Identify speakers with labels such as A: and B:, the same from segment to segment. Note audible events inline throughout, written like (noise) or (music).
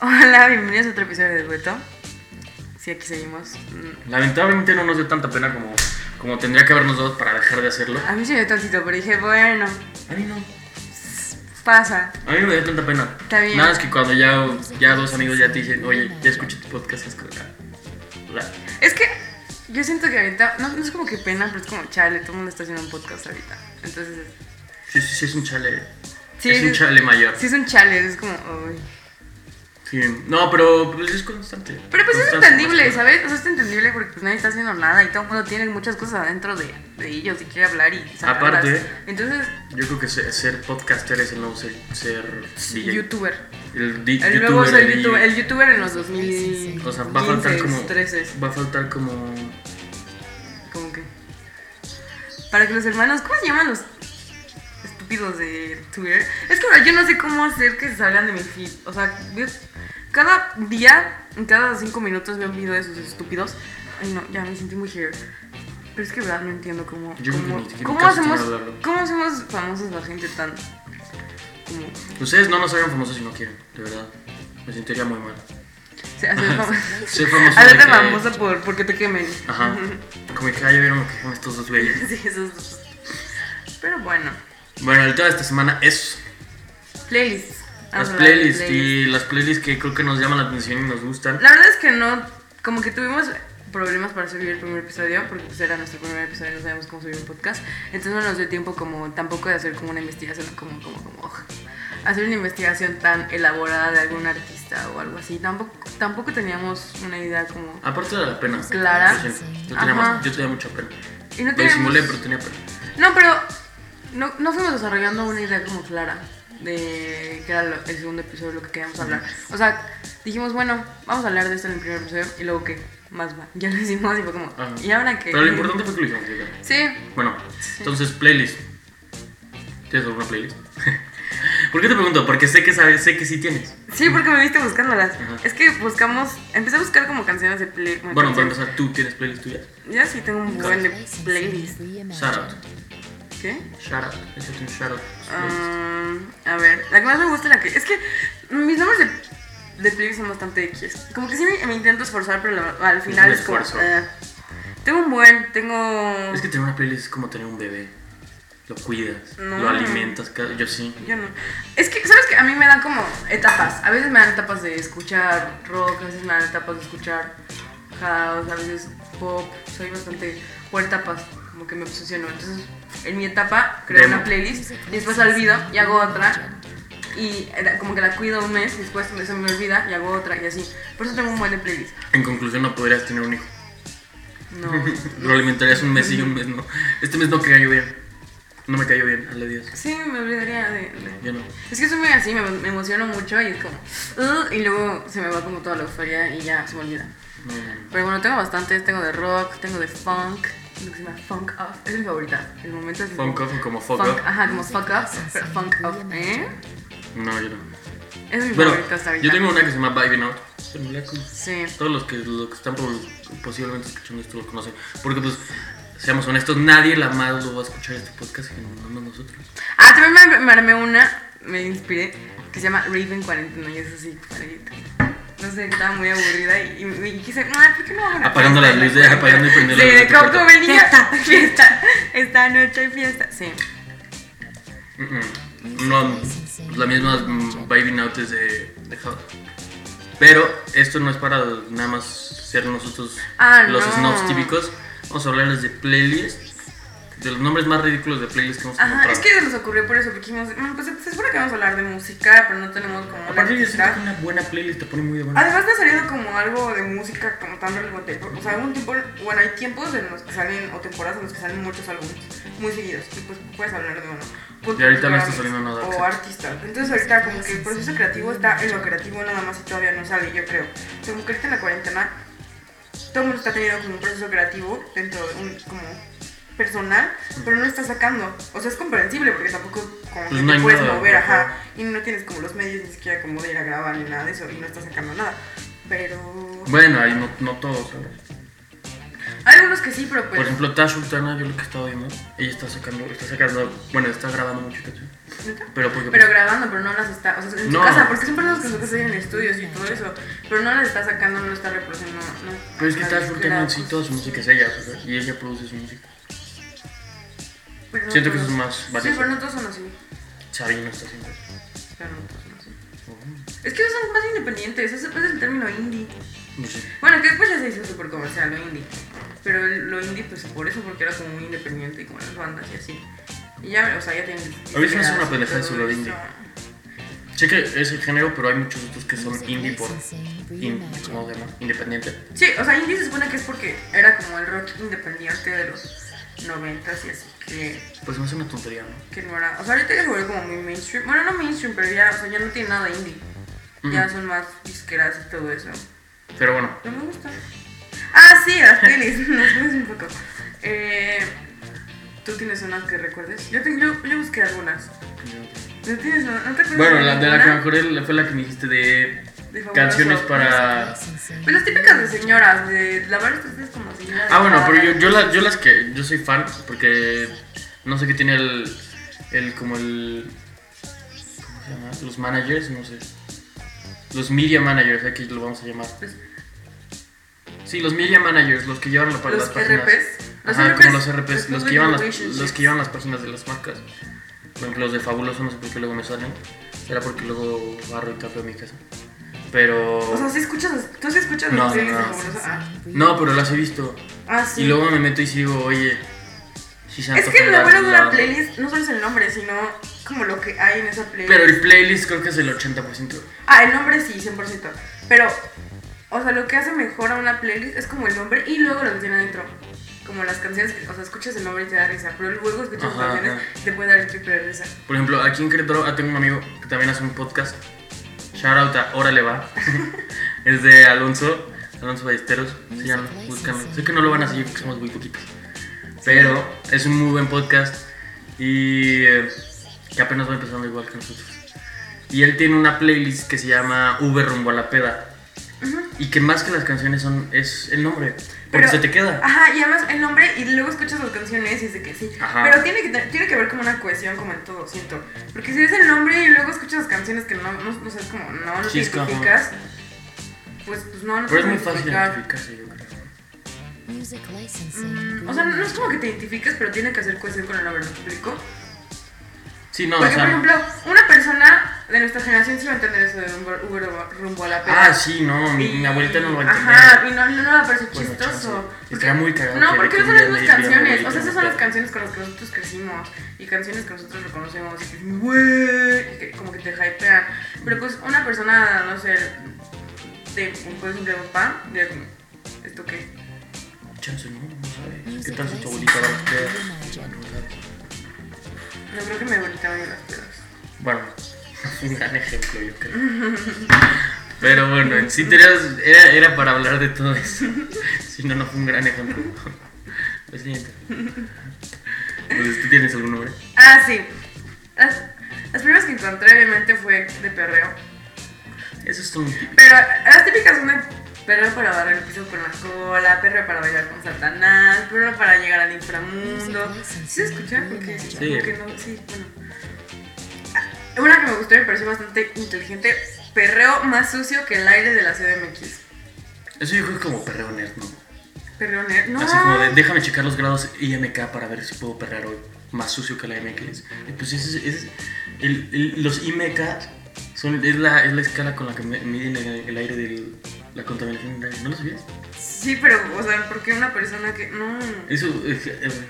A: Hola, bienvenidos a otro episodio de Dueto. Sí, aquí seguimos. Mm,
B: Lamentablemente no nos dio tanta pena como, como tendría que habernos dado para dejar de hacerlo.
A: A mí se me dio tantito, pero dije, bueno,
B: A mí no.
A: pasa.
B: A mí no me dio tanta pena.
A: Está bien.
B: Nada, es que cuando ya, ya dos amigos ya te dicen, oye, ya escuché tu podcast, es como, ah, ah,
A: Es que yo siento que ahorita, no, no es como que pena, pero es como chale, todo el mundo está haciendo un podcast ahorita. Entonces,
B: Sí, sí, sí, es un chale.
A: Sí,
B: es un
A: es-
B: chale mayor.
A: sí es un chale, es como, uy.
B: Sí. No, pero pues, es constante.
A: Pero pues es
B: Constante,
A: entendible,
B: más que-
A: ¿sabes? O sea, es entendible porque pues nadie está haciendo nada y todo el mundo tiene muchas cosas adentro de, de ellos y quiere hablar y sacarlas.
B: Aparte-
A: Entonces,
B: Yo creo que ser, ser podcaster es el nuevo ser, ser DJ.
A: youtuber.
B: El, di-
A: El
B: youtuber,
A: nuevo es el
B: el-
A: youtuber, el youtuber en los 2000.
B: O sea, va a faltar como...
A: 13,
B: Va a faltar como...
A: como que. Para que los hermanos, ¿cómo se llaman los estúpidos de Twitter? Es que ahora yo no sé cómo hacer que se salgan de mi feed. O sea, yo- cada día, en cada cinco minutos veo un video de esos estúpidos. Ay, no, ya me sentí muy here. Pero es que, verdad, no entiendo cómo.
B: Yo creo que
A: cómo,
B: ni siquiera
A: cómo
B: casi
A: hacemos,
B: quiero hablarlo.
A: ¿Cómo hacemos famosos la gente tan. como.
B: Ustedes no nos hagan famosos si no quieren, de verdad. Me sentiría muy mal.
A: se-
B: (laughs)
A: hacer (laughs) famoso.
B: Soy famoso.
A: Hacerte
B: de que-
A: famoso por, porque te quemen. (laughs)
B: Ajá. Como que ah, ya vieron lo que son estos dos güeyes.
A: Sí, eso es- Pero bueno,
B: Bueno, el tema de esta semana es
A: playlists. Vamos
B: las
A: a hablar de
B: playlists. Y las playlists que creo que nos llaman la atención y nos gustan.
A: La verdad es que no, como que tuvimos problemas para subir el primer episodio, porque pues era nuestro primer episodio y no sabíamos cómo subir un podcast. Entonces no nos dio tiempo como tampoco de hacer como una investigación, como, como, como, oj, hacer una investigación tan elaborada de algún artista o algo así. Tampoco, tampoco teníamos una idea como...
B: Aparte de la pena.
A: Clara.
B: lo siento. Yo tenía,
A: Ajá.
B: más- yo tenía mucha pena.
A: Y no
B: Lo disimulé,
A: teníamos-
B: pero tenía pena.
A: No, pero no, no fuimos desarrollando una idea como clara de que era lo- el segundo episodio lo que queríamos hablar. O sea, dijimos, bueno, vamos a hablar de esto en el primer episodio y luego que más va. Ya lo hicimos y fue como,
B: Ajá.
A: ¿y ahora qué?
B: Ah. Pero lo importante fue que lo hicimos. diga.
A: Sí,
B: Bueno, entonces, playlist. ¿Tienes alguna playlist? (laughs) ¿Por qué te pregunto? Porque sé que sabes, sé que sí tienes.
A: sí, porque me viste buscándolas.
B: Ajá.
A: Es que buscamos, empecé a buscar como canciones de play.
B: Bueno, para
A: canciones.
B: empezar, ¿tú tienes playlist tuyas?
A: Ya sí tengo un buen de playlist.
B: Shout out.
A: ¿Qué?
B: Shout out. Ese es un shout out.
A: Um, a ver, la que más me gusta es la que. Es que mis nombres de, de playlist son bastante X. Como que sí me, me intento esforzar, pero la- al final
B: un
A: es, como.
B: esfuerzo.
A: eh, tengo un buen, tengo.
B: Es que tener una playlist es como tener un bebé. Lo cuidas,
A: No.
B: lo alimentas. cada- Yo sí.
A: Yo no. Es que, ¿sabes que A mí me dan como etapas. A veces me dan etapas de escuchar rock, a veces me dan etapas de escuchar house, a veces pop. Soy bastante por etapas, como que me obsesiono. Entonces, en mi etapa creo
B: Demo.
A: una playlist, después la olvido y hago otra. Y era- como que la cuido un mes, después se me olvida y hago otra y así. Por eso tengo un buen de playlist.
B: En conclusión, no podrías tener un hijo.
A: No.
B: Lo alimentarías un mes y un mes no. Este mes no cayó bien. No me cayó bien, hazle Dios.
A: Sí, me olvidaría de. de-
B: Yo no.
A: Es que soy muy así, me, me emociono mucho y es como. "Ugh", y luego se me va como toda la euforia y ya se me olvida.
B: No, no, no.
A: Pero bueno, tengo bastantes, tengo de rock, tengo de funk, lo que se llama funk up, es mi favorita, el momento es
B: Funk
A: como-
B: off como fuck
A: funk,
B: off.
A: ajá, como fuck up, pero funk up, ¿eh?
B: No, yo no.
A: Es mi
B: Bueno,
A: favorita hasta ahorita.
B: yo tengo una que se llama Vibing Out. Se me la como-
A: Sí,
B: Todos los que, los que están por- posiblemente escuchando esto lo conocen. Porque, pues, seamos honestos, nadie la más lo va a escuchar este podcast que no más nosotros.
A: ah, también me, me armé una, me inspiré, que se llama Raven 41, y es así, cuarenta. No sé, estaba muy aburrida y, y- y quise, "Ah, ¿por qué no hago una
B: Apagando
A: fiesta
B: las
A: en
B: luces,
A: cuarentena?"
B: apagando y prendiendo
A: Sí,
B: las
A: de
B: luces,
A: cómo
B: perfecto.
A: venía.
B: (laughs)
A: Fiesta, fiesta, esta noche hay fiesta. Sí,
B: Mm-mm. No, pues, la misma mm, Vibing Out es de, de Java. Pero esto no es para nada más ser nosotros
A: Ah,
B: los
A: no.
B: snobs típicos. Vamos a hablarles de playlists, de los nombres más ridículos de playlists que hemos
A: Ajá,
B: encontrado.
A: es que se nos ocurrió por eso, porque dijimos, "Mm, pues se supone que vamos a hablar de música, pero no tenemos como una
B: Aparte, yo siento
A: artista".
B: que una buena playlist te pone muy de buena.
A: Además me ha salido como algo de música como tan relevante, por- o sea, un tiempo, bueno, hay tiempos en los que salen, o temporadas en los que salen muchos álbumes, muy seguidos, y pues puedes hablar de uno. Punto
B: Y ahorita no
A: programas,
B: está saliendo nada,
A: O
B: exacto.
A: artista. Entonces ahorita como que el proceso creativo está en lo creativo nada más y todavía no sale, yo creo. O sea, como que ahorita en la cuarentena todo el mundo está teniendo como un proceso creativo dentro de un como personal, pero no está sacando. O sea, es comprensible porque tampoco como
B: Pues
A: que
B: no
A: te
B: hay
A: puedes
B: nada,
A: mover,
B: ajá.
A: ajá, y no tienes como los medios ni siquiera como de ir a grabar ni nada de eso y no está sacando nada. Pero
B: Bueno, ahí no, no todos, ¿sabes?
A: hay algunos que sí, pero pues.
B: Por ejemplo, Tash Sultana, yo lo que estaba viendo, ella está sacando, está sacando, bueno, está grabando mucho canción.
A: ¿neta?
B: Pero porque pues,
A: Pero grabando, pero no las está. O sea, en
B: No.
A: su casa, porque son personas que en su casa tienen estudios y todo eso. Pero no las está sacando, no las está reproduciendo. No,
B: Pero es que
A: no
B: Tash
A: las-
B: Sultana en
A: las-
B: sí toda su música es ella, o sea, y ella produce su música.
A: pero no
B: Siento que
A: todos.
B: eso es más
A: Sí,
B: valioso.
A: pero no todos son así.
B: Sabina está haciendo eso.
A: Pero no todos son así.
B: Oh,
A: Es que son más independientes, ese ese es el término indie.
B: No sé.
A: Bueno, que después ya se hizo súper comercial lo indie. Pero el- lo indie, pues por eso, porque era como muy independiente y con las bandas y así. Y ya, o sea, ya tienen.
B: A mí se me hace
A: disqueras
B: una
A: y
B: pendejada
A: todo
B: eso, lo
A: eso.
B: indie. Sé que es el género, pero hay muchos otros que son indie por. in- ¿Cómo se llama? Independiente.
A: Sí, o sea, indie se supone que es porque era como el rock independiente de los noventas y así que,
B: Pues no es una tontería, ¿no?
A: que no era. O sea, ahorita ya se volvió como muy mainstream. Bueno, no mainstream, pero ya, o sea, ya no tiene nada indie. Ya
B: Ujú.
A: son más disqueras y todo eso.
B: Pero bueno,
A: No me gusta. Ah, sí, las pelis. (laughs) Nos vemos un poco. Eh, ¿Tú tienes unas que recuerdes? Yo, tengo, yo, yo busqué algunas. ¿No tienes una? Ah, ¿No te acuerdas
B: Bueno, la de la que me
A: ninguna?
B: acordé la- fue la que me dijiste de
A: De Fabuloso.
B: canciones para.
A: Pues las típicas de señoras, de lavar los trastes como señoras.
B: Ah, bueno, pero yo, yo, la- yo las que. Yo soy fan porque no sé qué tiene el. El como el. ¿Cómo se llama? Los managers, no sé. Los media managers, aquí lo vamos a llamar.
A: Pues-
B: Sí, los media managers, los que llevan la, para las
A: Los
B: páginas.
A: RPs. Los
B: Ajá,
A: RPs.
B: como los RPs, los que,
A: Public
B: llevan las,
A: Relationships.
B: los que llevan las páginas de las marcas. Por ejemplo, los de Fabuloso, no sé por qué luego me salen. Será porque luego barro y café a mi casa. Pero.
A: O sea, ¿sí escuchas, las- ¿tú sí escuchas
B: No,
A: las series
B: no,
A: de
B: no.
A: Fabuloso? Ah,
B: No, pero las he visto.
A: ah, sí.
B: Y luego me meto y sigo, oye. Si se
A: Es
B: antoja
A: que lo
B: la-
A: bueno de una
B: la-
A: playlist no solo es el nombre, sino como lo que hay en esa playlist.
B: Pero el playlist creo que es el 80%.
A: Ah, el nombre sí, 100%. Pero, o sea, lo que hace mejor a una playlist es como el nombre y luego lo que tiene adentro. Como las canciones, que- o sea, escuchas el nombre y te da risa, pero luego escuchas
B: Ajá,
A: las canciones
B: ajá.
A: y te puede dar el triple de risa.
B: Por ejemplo, aquí en Querétaro ah, tengo un amigo que también hace un podcast. Shout out a Órale Va. (laughs) es de Alonso, Alonso Ballesteros. Se llama, búscame. Sé que no lo van a seguir porque somos muy poquitos. Pero es un muy buen podcast y eh, que apenas va empezando igual que nosotros. Y él tiene una playlist que se llama Uber rumbo a la peda. Y que más que las canciones son es el nombre, porque
A: Pero- ah,
B: se te queda.
A: Ajá, y además el nombre y luego escuchas las canciones y es de que sí.
B: Ajá.
A: Pero tiene que, tener- tiene que haber como una cohesión como en todo, siento. Porque si ves el nombre y luego escuchas las canciones que no, no, no sabes como, no, no te
B: Sí, es como-
A: identificas, pues, pues no, no
B: Pero es
A: te
B: muy fácil
A: identificar.
B: identificarse, yo creo.
A: Mm, O sea, no es como que te identifiques, pero tiene que hacer cohesión con el nombre, ¿me explico?
B: Sí, no,
A: Porque,
B: o sea,
A: por ejemplo, una persona de nuestra generación sí va a entender eso de rumbo, rumbo- rumbo a la peda.
B: Ah, sí, no, mi, mi abuelita no lo va a entender.
A: Ajá, y no, no, no va a parecer
B: Bueno, chance.
A: chistoso.
B: Estará muy cagado
A: No,
B: que
A: porque
B: le
A: no son las
B: cambie el
A: mismas
B: día a mi
A: canciones.
B: abuelita,
A: O sea, esas
B: ¿no?
A: son las canciones con las que nosotros crecimos. Y canciones que nosotros reconocemos. Y que, güey, y que como que te hypean. Pero pues una persona, no sé, de, por ejemplo, de papá, de esto que
B: Chance, no, no sabe. ¿Qué tal si tu abuelita va a usted? No sabe.
A: yo creo que mi abuelita odia las pedas.
B: Bueno, (laughs) un gran ejemplo, yo creo. Pero bueno, en sí tenías, era, era para hablar de todo eso. (laughs) Si no, no fue un gran ejemplo. Lo siento. Pues tú tienes algún nombre.
A: Ah, sí. Las, las primeras que encontré, obviamente, fue de perreo.
B: Eso es todo muy típico.
A: Pero las típicas son de perro para barrer el piso con la cola, perro para bailar con Satanás, perro para llegar al
B: Mm,
A: inframundo. ¿Sí se escucha? Porque sí. Porque no, sí, bueno. Ah, Una que me gustó y me pareció bastante inteligente, perreo más sucio que el aire de la CDMX.
B: Eso yo creo que es como perreo nerd, ¿no?
A: Perreo nerd. No.
B: Así como de, déjame checar los grados IMK para ver si puedo perrear hoy. Más sucio que la MX. Y Pues ese, es- ese es- el- el- los IMK son, es, la, es la escala con la que me- miden el, el aire de la contaminación del aire. ¿No lo sabías?
A: Sí, pero, o sea, porque una persona que. No.
B: Eso es... eh,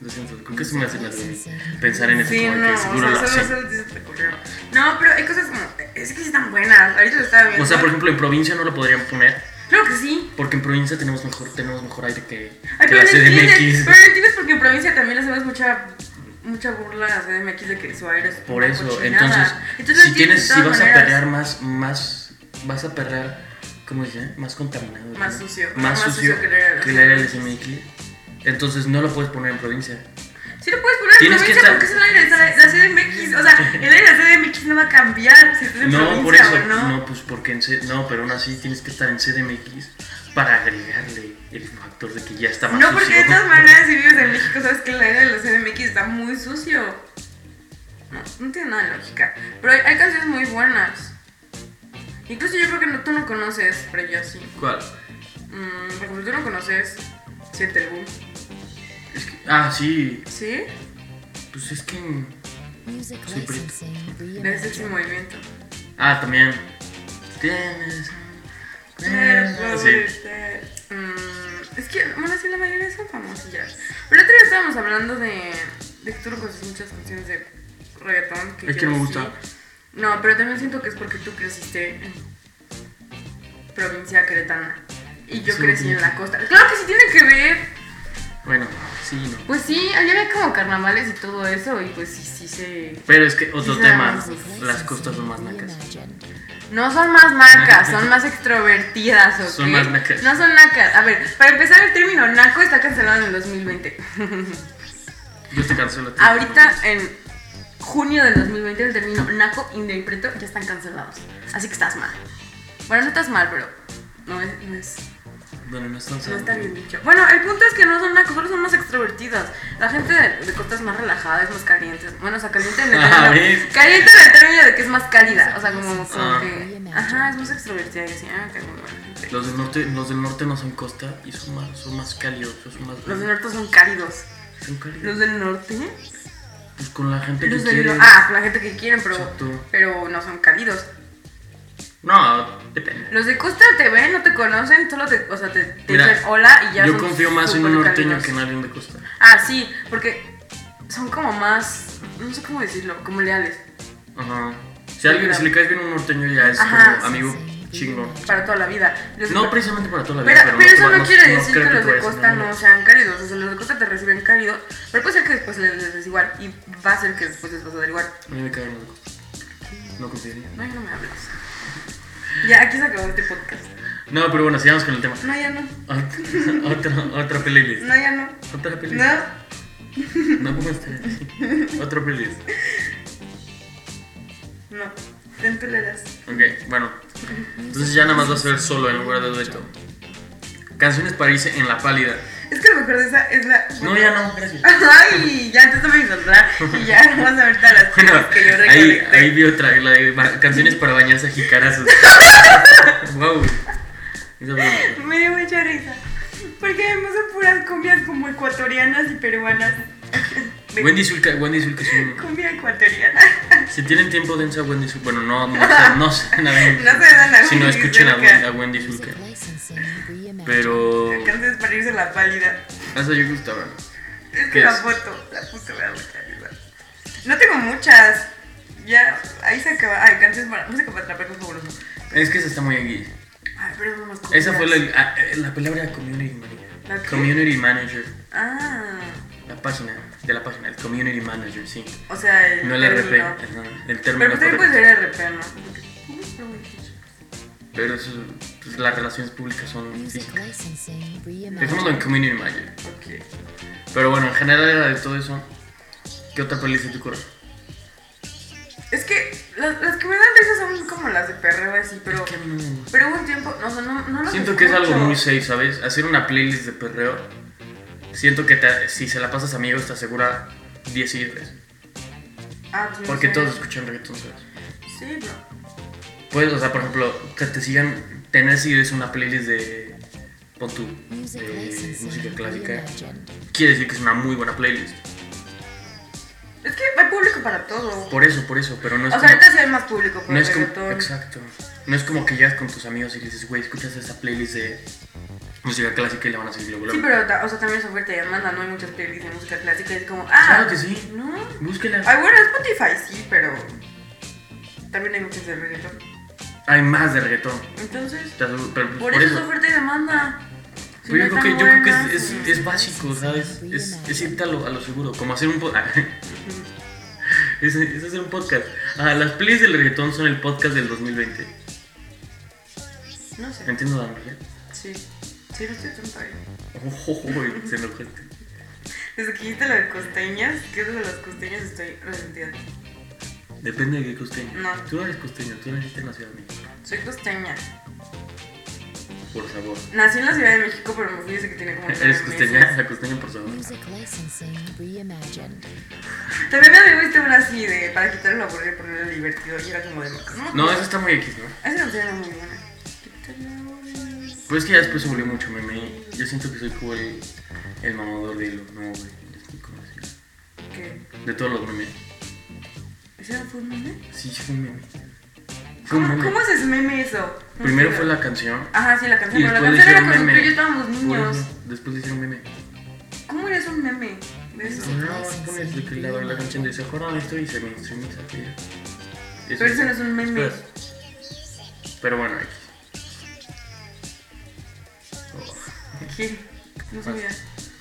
B: lo siento, creo que eso me hace la de pensar en eso.
A: Sí,
B: como de
A: no,
B: que
A: o
B: seguro
A: sea,
B: lo
A: solo,
B: hacen.
A: solo se te ocurrió. No, pero hay cosas como. Es que sí están buenas. Ahorita lo estaba viendo.
B: O sea, por ejemplo, en provincia no lo podrían poner
A: Claro que sí.
B: porque en provincia tenemos mejor, tenemos mejor aire que,
A: Ay,
B: que
A: pero
B: la
A: no entiendes,
B: CDMX.
A: pero no entiendes porque en provincia también le hacemos mucha mucha burla a CDMX de que su aire es
B: Por
A: una
B: eso,
A: cochinada.
B: entonces,
A: Entonces,
B: si
A: no entiendes
B: tienes,
A: de
B: si vas
A: todas
B: a
A: maneras.
B: perrear más, más, vas a perrear, ¿cómo dice? Más contaminado.
A: Más
B: ¿no?
A: sucio.
B: Más, sucio que el
A: área de la
B: área del
A: CDMX.
B: CMX. Entonces no lo puedes poner en provincia.
A: Sí lo puedes poner, de
B: Tienes que
A: provincia
B: estar-
A: porque es el aire de la
B: (laughs)
A: CDMX. O sea, el aire de la CDMX no va a cambiar si estás en
B: No,
A: provincia,
B: por eso.
A: güey, ¿no?
B: No, pues porque en C- No, pero aún así tienes que estar en CDMX para agregarle el factor de que ya está más
A: No, porque de
B: sucio.
A: todas maneras, si vives en México, sabes que el aire de la CDMX está muy sucio. No, no tiene nada de lógica. Pero hay, hay canciones muy buenas. Incluso yo creo que no, tú no conoces, pero yo sí.
B: ¿Cuál?
A: Mm, por ejemplo, tú no conoces Siente el Boom.
B: Es que- ah, sí.
A: ¿Sí?
B: Pues es que. Soy prieto.
A: De sexy movimiento.
B: Ah, también. Tienes. Eh, Sí.
A: Mm, es que, bueno, sí, la mayoría son famosillas. Pero el otro día estábamos hablando de, de que tú no conoces muchas canciones de reggaetón. Que
B: Es que
A: yo
B: no me
A: sí.
B: gusta.
A: No, pero también siento que es porque tú creciste en provincia queretana. Y yo
B: Sí,
A: crecí
B: sí.
A: en la costa. Claro que sí tiene que ver.
B: Bueno, sí, no.
A: Pues sí, allá había como carnavales y todo eso. Y pues sí, sí se.
B: Pero es que otro
A: Sí,
B: tema.
A: Ah, sí,
B: Las costas son más nacas.
A: No son más nacas, son más extrovertidas, ¿ok?
B: Ah. Son más nacas.
A: No son nacas. A ver, para empezar, el término naco está cancelado en el 2020.
B: Yo te cancelo a ti.
A: Ahorita, eh, en junio del 2020, el término naco y negrito ya están cancelados. Así que estás mal. Bueno, no estás mal, pero no es- no es
B: Bueno, no están
A: No está bien
B: sabiendo.
A: dicho. Bueno, el punto es que no son nacos, solo son más extrovertidas. La gente de, de Costa es más relajada, es más caliente. Bueno, o sea, caliente
B: (laughs)
A: en el
B: Ah,
A: término.
B: ¿ves?
A: Caliente en el término de que es más cálida. O sea, como, como
B: Ah.
A: que. Ajá, es más extrovertida. Y así, ah, qué buena gente.
B: Los del norte, los del norte no son costa y son más, son más cálidos, son más
A: Los del norte son cálidos.
B: son cálidos.
A: Los del norte.
B: Pues con la gente
A: Los
B: que
A: del
B: quiere.
A: norte. Ah, la gente que quieren, pero.
B: Exacto.
A: Pero no son cálidos.
B: No, depende.
A: Los de Costa te ven, no te conocen, solo te, o sea, te, te
B: Mira,
A: dicen hola y Ah, ya
B: Yo
A: son
B: confío más en
A: súper
B: un norteño
A: cálidos.
B: que en alguien de costa.
A: Ah, sí, porque son como más, no sé cómo decirlo, como leales
B: Ajá. Si a alguien
A: Mira.
B: si le caes bien a un norteño ya es
A: Ajá,
B: como amigo chingo.
A: para toda la vida. Los-
B: No precisamente para toda la
A: pero,
B: vida,
A: pero
B: pero,
A: eso no, quiere decir
B: creo
A: que los de
B: puedas
A: costa no
B: enamorar.
A: sean cálidos, o sea, los de costa te reciben cálidos, pero puede ser que después les, les des igual y va a ser que después les vas a dar igual.
B: A mí me caen los de costa. No confiaría.
A: No, ya no me hablas. Ya, aquí se acabó este podcast.
B: No, pero bueno, sigamos con el tema.
A: No, ya no.
B: Ot- Otra, otra playlist.
A: No, ya no.
B: Otra playlist.
A: No.
B: No, ¿cómo está? Otra playlist.
A: No. Ten toleras.
B: Ok, bueno. Entonces ya nada más vas a ver solo en lugar de dueto. Canciones para irse en la pálida.
A: Es que lo mejor de esa es la.
B: No, ya no, gracias.
A: (laughs) Ay, ya entonces me hizo hablar y ya (laughs) vamos a ver todas las
B: Bueno,
A: cosas que yo
B: ahí,
A: recolecté.
B: ahí vi otra, la de ba- canciones para bañarse a jicarazos.
A: (laughs)
B: wow. Esa fue la mejor.
A: Me dio mucha risa. Porque además son puras cumbias como ecuatorianas y peruanas. (laughs) De-
B: Wendy Zulka, Wendy Zulka es un-
A: Cumbia ecuatoriana.
B: Si tienen tiempo, dense a Wendy Zulka. Bueno, no, no, sé- no sé nada.
A: (laughs)
B: de-
A: No se dan a
B: Si no
A: Wendy
B: escuchen a,
A: Zulka.
B: Wen- a Wendy Zulka. Pero.
A: Canciones para irse a la pálida.
B: Eso yo gustaba.
A: Es
B: ¿Qué
A: que la
B: es?
A: foto, la foto me da mucha risa. No tengo muchas. Ya, ahí se acaba. Ay, canciones para. Música para atrapar con fabuloso.
B: Es que esa está muy aquí.
A: Ay, pero es más
B: Esa fue la, ah, eh, la palabra community manager.
A: ¿La qué?
B: Community manager.
A: Ah.
B: La página, de la página, el community manager, sí.
A: O sea, el.
B: No el RP,
A: término.
B: ajá, el
A: Pero
B: término
A: pues también puede
B: correcto.
A: ser RP, ¿no? Porque- ¿Cómo es promotion?
B: Pero eso, pues, las relaciones públicas son físicas. Dejémoslo en community manager.
A: Ok.
B: Pero bueno, en general era de todo eso. ¿Qué otra playlist se te ocurre?
A: Es que las, las que me dan risa son como las de perreo así, pero,
B: Es que no-
A: pero hubo un tiempo, no, o sea, no, no las
B: Siento que es algo
A: escucho.
B: muy safe, ¿sabes? Hacer una playlist de perreo. Siento que te- si se la pasas a amigos te asegura 10 seguidores.
A: Ah, pues no
B: Porque
A: sé.
B: todos escuchan reggaetón, ¿sabes?
A: Sí, pero...
B: Puedes, Pues, o sea, por ejemplo, que te sigan, tener seguidores en una playlist de. Pon tu. de música clásica. Quiere decir que es una muy buena playlist.
A: Es que hay público para todo.
B: Por eso, por eso, pero no es
A: o sea,
B: como.
A: ahorita sí hay más público para
B: no es como.
A: reggaetón.
B: Exacto. No es como que llegas con tus amigos y dices, güey, escuchas esa playlist de música clásica y le van a seguir luego.
A: Sí,
B: luego".
A: pero ta- o sea, también es oferta y demanda, no hay muchas playlists de música clásica, es como, ah,
B: Claro que sí.
A: no.
B: Búsquela.
A: Ay, bueno, Spotify sí, pero también hay muchas de reggaetón.
B: Hay más de reggaetón.
A: Entonces,
B: Te aseguro- Pero, pues,
A: por, eso, es oferta y demanda. Si
B: Pero
A: no
B: Pues yo creo que,
A: están
B: yo creo que
A: buenas,
B: es,
A: pues-
B: es, es básico, ¿sabes? Es, es irte a lo, a lo seguro, como hacer un podcast. (laughs) es, es hacer un podcast. Ah, las plays del reggaetón son el podcast del 2020.
A: No sé.
B: Entiendo la analogía.
A: Sí. Sí, no estoy tonta. ¿eh?
B: (laughs) este. Ojo, ojo, ojo, se enojaste.
A: Desde que dijiste lo de costeñas, que es de las costeñas estoy resentida.
B: Depende de qué costeño.
A: No.
B: Tú no eres costeño, tú naciste en la Ciudad de México.
A: Soy costeña.
B: Por sabor.
A: Nací en la Ciudad de México, pero me fui desde que tenía como nueve
B: (laughs) ¿Eres costeña?
A: meses.
B: La costeña por sabor.
C: Music licensing reimagined.
A: También me había visto una así de para quitar el aburrido y ponerle divertido y era como de locos. No,
B: No, eso está muy X, ¿no?
A: esa canción era muy buena. Quítale ahora.
B: Pues es que ya después se volvió mucho meme. Yo siento que soy como el, el mamador de hilo. No, güey. ya estoy como así.
A: ¿Qué?
B: De todos los memes.
A: ¿Ese era fue un meme?
B: Sí, sí fue un meme. Fue un
A: ¿Cómo,
B: meme.
A: ¿Cómo haces meme eso? No
B: Primero fue
A: entiendo.
B: la canción.
A: Ajá, sí, la
B: Y
A: canción. Pero la
B: después le
A: canción era
B: hicieron
A: cuando tú y yo estábamos niños.
B: meme. Por eso, Después le hicieron meme.
A: ¿Cómo eres un meme de eso?
B: No, es como desde que la, la canción de Se acuerdan de esto y se me instrumenta. aquella.
A: Pero eso no es un meme.
B: Espera. Pero bueno, X. Oh,
A: ¿Qué? No sabía.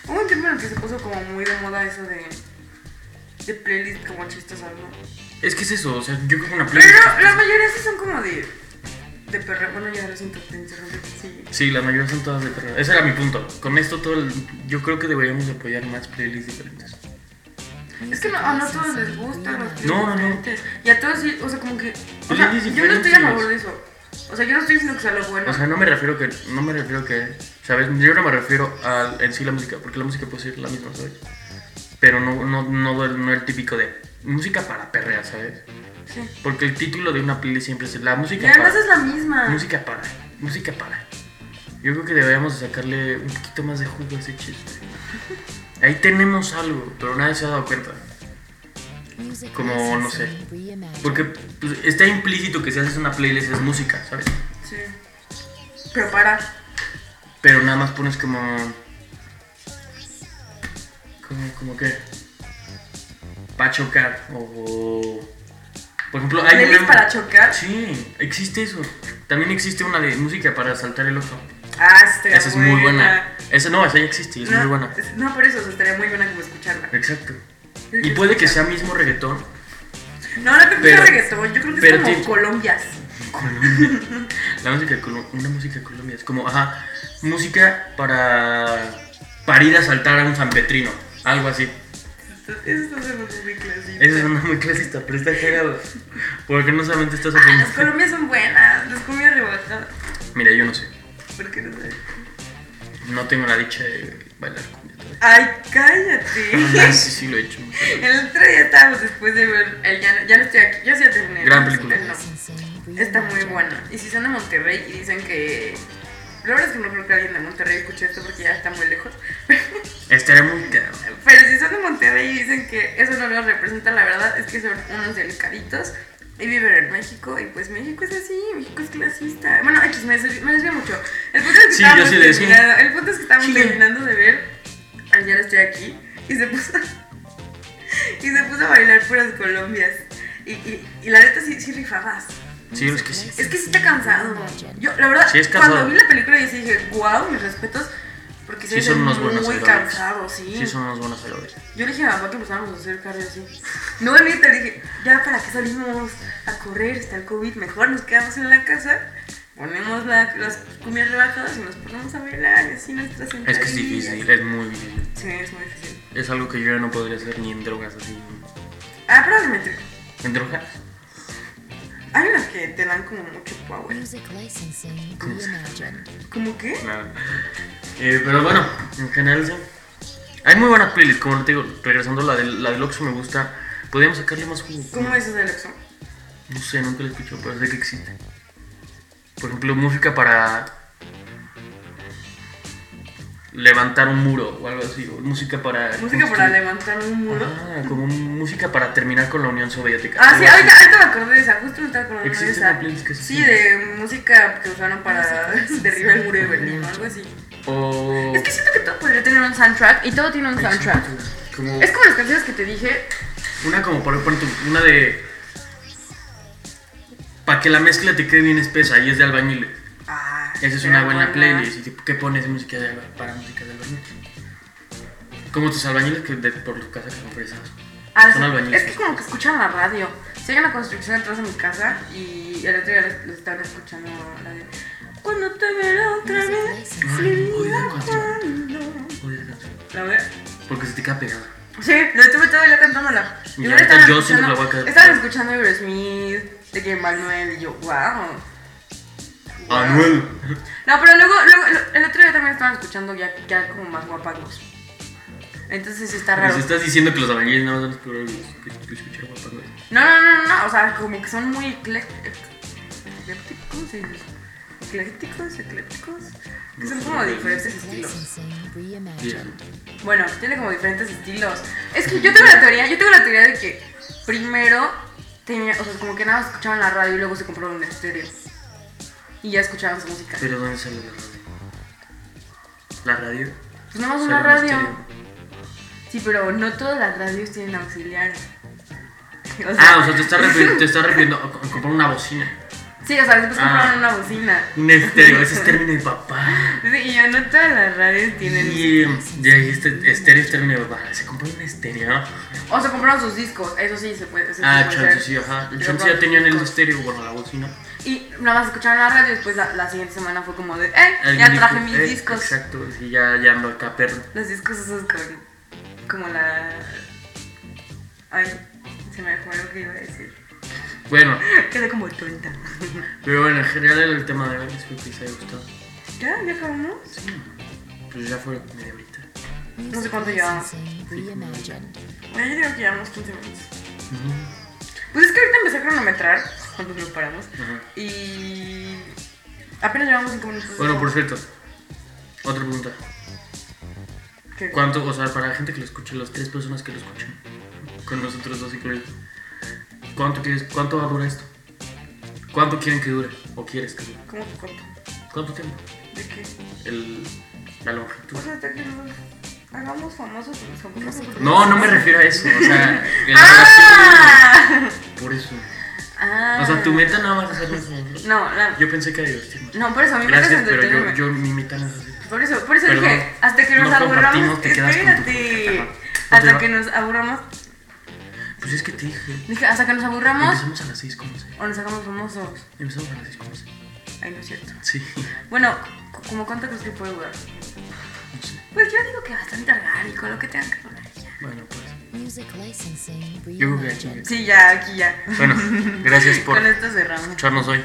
A: Hubo un tiempo en el que se puso como muy de moda eso de. de playlist como chistosas, ¿no?
B: Es que es eso, o sea, yo creo que una
A: Pero
B: playlist.
A: la mayoría sí son como de. de perreo. Bueno, ya lo siento, te interrumpí. Sí.
B: Sí, la mayoría son todas de perreo. Ese era mi punto. Con esto todo el... Yo creo que deberíamos de apoyar más playlists diferentes.
A: Es que no, a no todos les gustan los
B: No, no.
A: playlists diferentes. Y a todos sí, o sea, como que. O sea,
B: Playlists
A: yo no estoy a favor de
B: diferentes.
A: eso. O sea, yo no estoy diciendo que sea lo bueno.
B: O sea, no me refiero que... No me refiero que... ¿Sabes? Yo no me refiero a en sí la música, porque la música puede ser la misma, ¿sabes? Pero no, no, no, el- no el típico de... Música para perrear, ¿sabes?
A: sí.
B: Porque el título de una playlist siempre es la
A: Y
B: música
A: además
B: para...
A: es la misma.
B: Música para, música para. Yo creo que deberíamos sacarle un poquito más de jugo a ese chiste. Ahí tenemos algo, pero nadie se ha dado cuenta.
C: Music
B: Como, no
C: licensing
B: sé.
C: reimagined.
B: Porque pues, está implícito que si haces una playlist es música, ¿sabes?
A: Sí. Pero para.
B: Pero nada más pones como... Como, como que... Para chocar o... Por ejemplo, hay
A: ¿Playlist
B: una-
A: para chocar?
B: Sí, existe eso. También existe una de música para saltar el ojo.
A: Ah, estaría
B: Esa es muy buena. Esa no, esa ya existe y es
A: no,
B: muy buena.
A: es- No, por eso, o sea, estaría muy buena como escucharla.
B: Exacto.
A: Creo
B: Y
A: es
B: puede que sea
A: escuchar.
B: mismo reggaetón.
A: No, no creo que
B: pero-
A: sea reggaetón, yo creo que
B: pero
A: es como
B: tiene-
A: Colombias.
B: Colombia.
A: (laughs)
B: La música de Colombia. Una música de Colombia. Es como, ajá, música para, para ir a saltar a un San Petrino. Algo así.
A: Eso está sonando muy clásico.
B: Eso suena muy clasista, pero está cagado. Porque no solamente estás
A: Ah, las
B: haciendo.
A: Colombias son buenas, las cumbias rebajadas.
B: Mira, yo no sé.
A: ¿Por qué no sabes?
B: No tengo la dicha de
A: (laughs)
B: bailar cumbia todavía.
A: Ay, cállate.
B: (laughs) Ah, Sí, sí, lo he hecho. muchas veces.
A: (laughs) El otro día estábamos después de ver el ya, no- ya no estoy aquí, yo sí ya terminé. No,
B: Gran película.
A: no.
C: Licensing
A: Está muy
C: reimagined.
A: buena. Y si son de Monterrey y dicen que. La verdad es que no creo que alguien de Monterrey escuche esto porque ya está muy lejos.
B: Estaría muy cagado.
A: Pero si son de Monterrey y dicen que eso no los representa, la verdad es que son unos delicaditos y viven en México. Y pues México es así, México es clasista. Bueno, X, me desvi- me desvié mucho. El punto es que
B: Sí, yo
A: estábamos,
B: sí le decía.
A: terminando, el punto es que estábamos
B: Sí.
A: terminando de ver. Ayer estoy aquí y se puso. (laughs) Y se puso a bailar puras Colombias. Y, y, y la neta sí, sí rifabas.
B: Sí, es que sí.
A: Es que sí está cansado. Yo, la verdad,
B: Sí, es
A: cuando
B: cansado.
A: vi la película yo sí dije, wow, mis respetos. Porque se
B: Sí, son
A: hacen
B: unos buenos
A: muy
B: aeróbicos.
A: cansados,
B: Sí, son unos buenos valores.
A: yo le dije a papá que empezáramos a hacer cardio así. No, neta, le dije, ya para qué salimos a correr, está el COVID, mejor nos quedamos en la casa, ponemos la- las comidas rebajadas y nos ponemos a bailar y así nuestras
B: Es que es
A: sentadillas.
B: difícil, ¿eh? es muy difícil.
A: Sí, es muy difícil.
B: Es algo que yo ya no podría hacer ni en drogas así.
A: Ah, probablemente.
B: ¿En drogas?
A: Hay unas que te dan como mucho power.
C: Music licensing reimagined.
A: ¿Cómo qué?
B: Nada. Eh, pero bueno, en general sí. Hay muy buenas playlists, como te digo, regresando la del, la del Oxxo me gusta. Podríamos sacarle más jugo.
A: ¿Cómo
B: no,
A: es esa elección?
B: No sé, nunca la escucho, pero sé que existe. Por ejemplo, música para levantar un muro o algo así, o música para...
A: Música para levantar un muro.
B: Ah, como música para terminar con la Unión Soviética.
A: Ah,
B: algo
A: sí,
B: así.
A: ahorita, ahorita me acordé de esa, justo me estaba acordando de
B: Existe
A: esa.
B: una playlist que Ah, es
A: Sí,
B: así.
A: de música que usaron para (laughs) derribar el muro de Berlín o algo así.
B: O...
A: Es que siento que todo podría tener un soundtrack y todo tiene un soundtrack.
B: Como-
A: Es como las canciones que te dije.
B: Una como por ejemplo, una de. Para que la mezcla te quede bien espesa y es de albañil.
A: Ah,
B: Esa es una buena playlist. ¿Y qué- qué pones de música de alba- para música de albañil? Como tus albañiles que de- por los casas que son fresas.
A: Ah, sí.
B: Son albañiles.
A: Es que como que escuchan la radio. Si hay una construcción detrás de mi casa y el otro día les, les estaban escuchando la de. Cuando te veré otra
C: Music
A: vez.
C: licensing
B: Ay, odio esa canción.
A: cuando".
B: Odio esa canción.
A: La verdad.
B: Porque se te queda pegado.
A: Sí, lo estuve todo el día cantándola.
B: Y
A: Yo
B: la neta, yo siento que la voy a quedar-
A: Estaban escuchando Aerosmith, de que Manuel, y yo, wow.
B: Anuel.
A: No, pero luego, luego, lo- el otro día también estaban escuchando ya, ya como más guapangos. Entonces sí está raro.
B: Nos estás diciendo que los Avengers nada más van a explorar que- que escuchar guapas, güey.
A: No, no, no, no, no, o sea, como que son muy eclécticos. ¿Cómo se dice? Eclécticos, eclécticos. Que son como de diferentes estilos.
C: Licensing
B: Yeah.
C: reimagined.
A: Bueno, tiene como diferentes estilos. Es que yo tengo la teoría, yo tengo la teoría de que primero tenía, o sea, como que nada más escuchaban la radio y luego se compraron un estéreo. Y ya escuchaban su música.
B: Pero ¿dónde sale la radio? ¿La radio?
A: Pues nada más
B: Sale
A: una
B: en
A: radio.
B: estéreo.
A: Sí, pero no todas las radios tienen auxiliares. O sea,
B: Ah, o sea, te estás refiriendo, te estás refiriendo a co- a comprar una bocina.
A: Sí, o sea, después
B: Ah.
A: compraron una bocina.
B: Un estéreo, ese es término de papá.
A: Sí, y ya no todas las radios
B: Y
A: tienen.
B: ya dijiste este estéreo es término de papá. Se compró un estéreo.
A: O sea, compraron sus discos, eso sí se puede. eso sí
B: Ah,
A: se puede
B: chance,
A: hacer.
B: sí, ajá.
A: Pero
B: Chance ya
A: compraron
B: tenían
A: sus
B: el este.
A: discos.
B: estéreo, bueno, la bocina.
A: Y nada más escucharon la radio y después la, la siguiente semana fue como de, eh,
B: Alguien
A: ya traje
B: dijo,
A: mis
B: "Eh,
A: discos.
B: Exacto, sí, ya, ya ando acá perro.
A: Los discos esos con. como la. Ay, se me fue lo que iba a decir.
B: Bueno,
A: Quedé como tonta.
B: pero bueno, en general el tema de hoy, espero que les haya gustado.
A: ¿Ya? ¿Ya acabamos?
B: Pues ya fue media horita.
A: No sé
C: Music
A: cuánto llevamos.
C: licensing reimagined.
A: Bueno, yo digo que llevamos 15 minutos. Pues es que ahorita empecé a cronometrar cuando nos paramos.
B: Ajá.
A: Y. apenas llevamos 5 minutos.
B: Bueno, por cierto, otra pregunta.
A: ¿Qué?
B: ¿Cuánto, o sea, para la gente que lo escuche, las tres personas que lo escuchan, con nosotros dos incluidos, ¿cuánto, quieres, cuánto va a durar esto? ¿Cuánto quieren que dure? ¿O quieres que dure?
A: ¿Cómo que cuánto?
B: ¿Cuánto tiempo?
A: ¿De qué?
B: El, la
A: O
B: longitud.
A: sea, te que nos hagamos famosos y nos compramos otro.
B: No, no me refiero a eso, o
A: (laughs)
B: sea, en la
A: ¡Ah!
B: relación, Por eso.
A: Ah.
B: O sea, tu meta nada más es hacernos famosos.
A: No, la-
B: Yo pensé que era divertirme.
A: no, por eso a mí me
B: Gracias,
A: encanta
B: pero yo,
A: entretenerme.
B: yo mi meta no es hacer.
A: Por eso, por eso
B: Perdón,
A: dije, hasta que nos
B: no
A: aburramos,
B: compartimos, te quedas con tu
A: espérate.
B: puta.
A: Hasta
B: Continúa.
A: que nos aburramos,
B: Pues es que te dije,
A: dije, hasta que nos aburramos
B: empezamos a las 6.11.
A: o nos hagamos famosos.
B: Empezamos a las 6.11.
A: Ay, no es cierto.
B: Sí, (laughs)
A: Bueno, c- ¿como cuánto crees que puede durar?
B: no sé.
A: Pues yo digo que bastante orgánico, lo que tengan que durar ya.
B: Bueno, pues.
C: Music licensing
B: creo que-
C: reimagined.
A: Sí, ya, aquí ya.
B: Bueno, gracias por
A: (laughs) Con esto cerramos.
B: escucharnos hoy.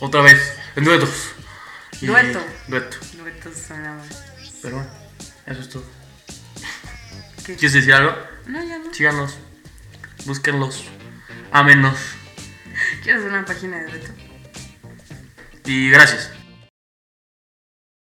B: Otra vez, en duetos. Y-
A: Dueto.
B: Dueto.
A: Duetos sonamos.
B: Pero bueno, eso es todo.
A: ¿Qué?
B: ¿Quieres decir algo?
A: No, ya no.
B: Síganos. Búsquenlos. Ámenos.
A: Quiero hacer una página de dueto.
B: Y gracias.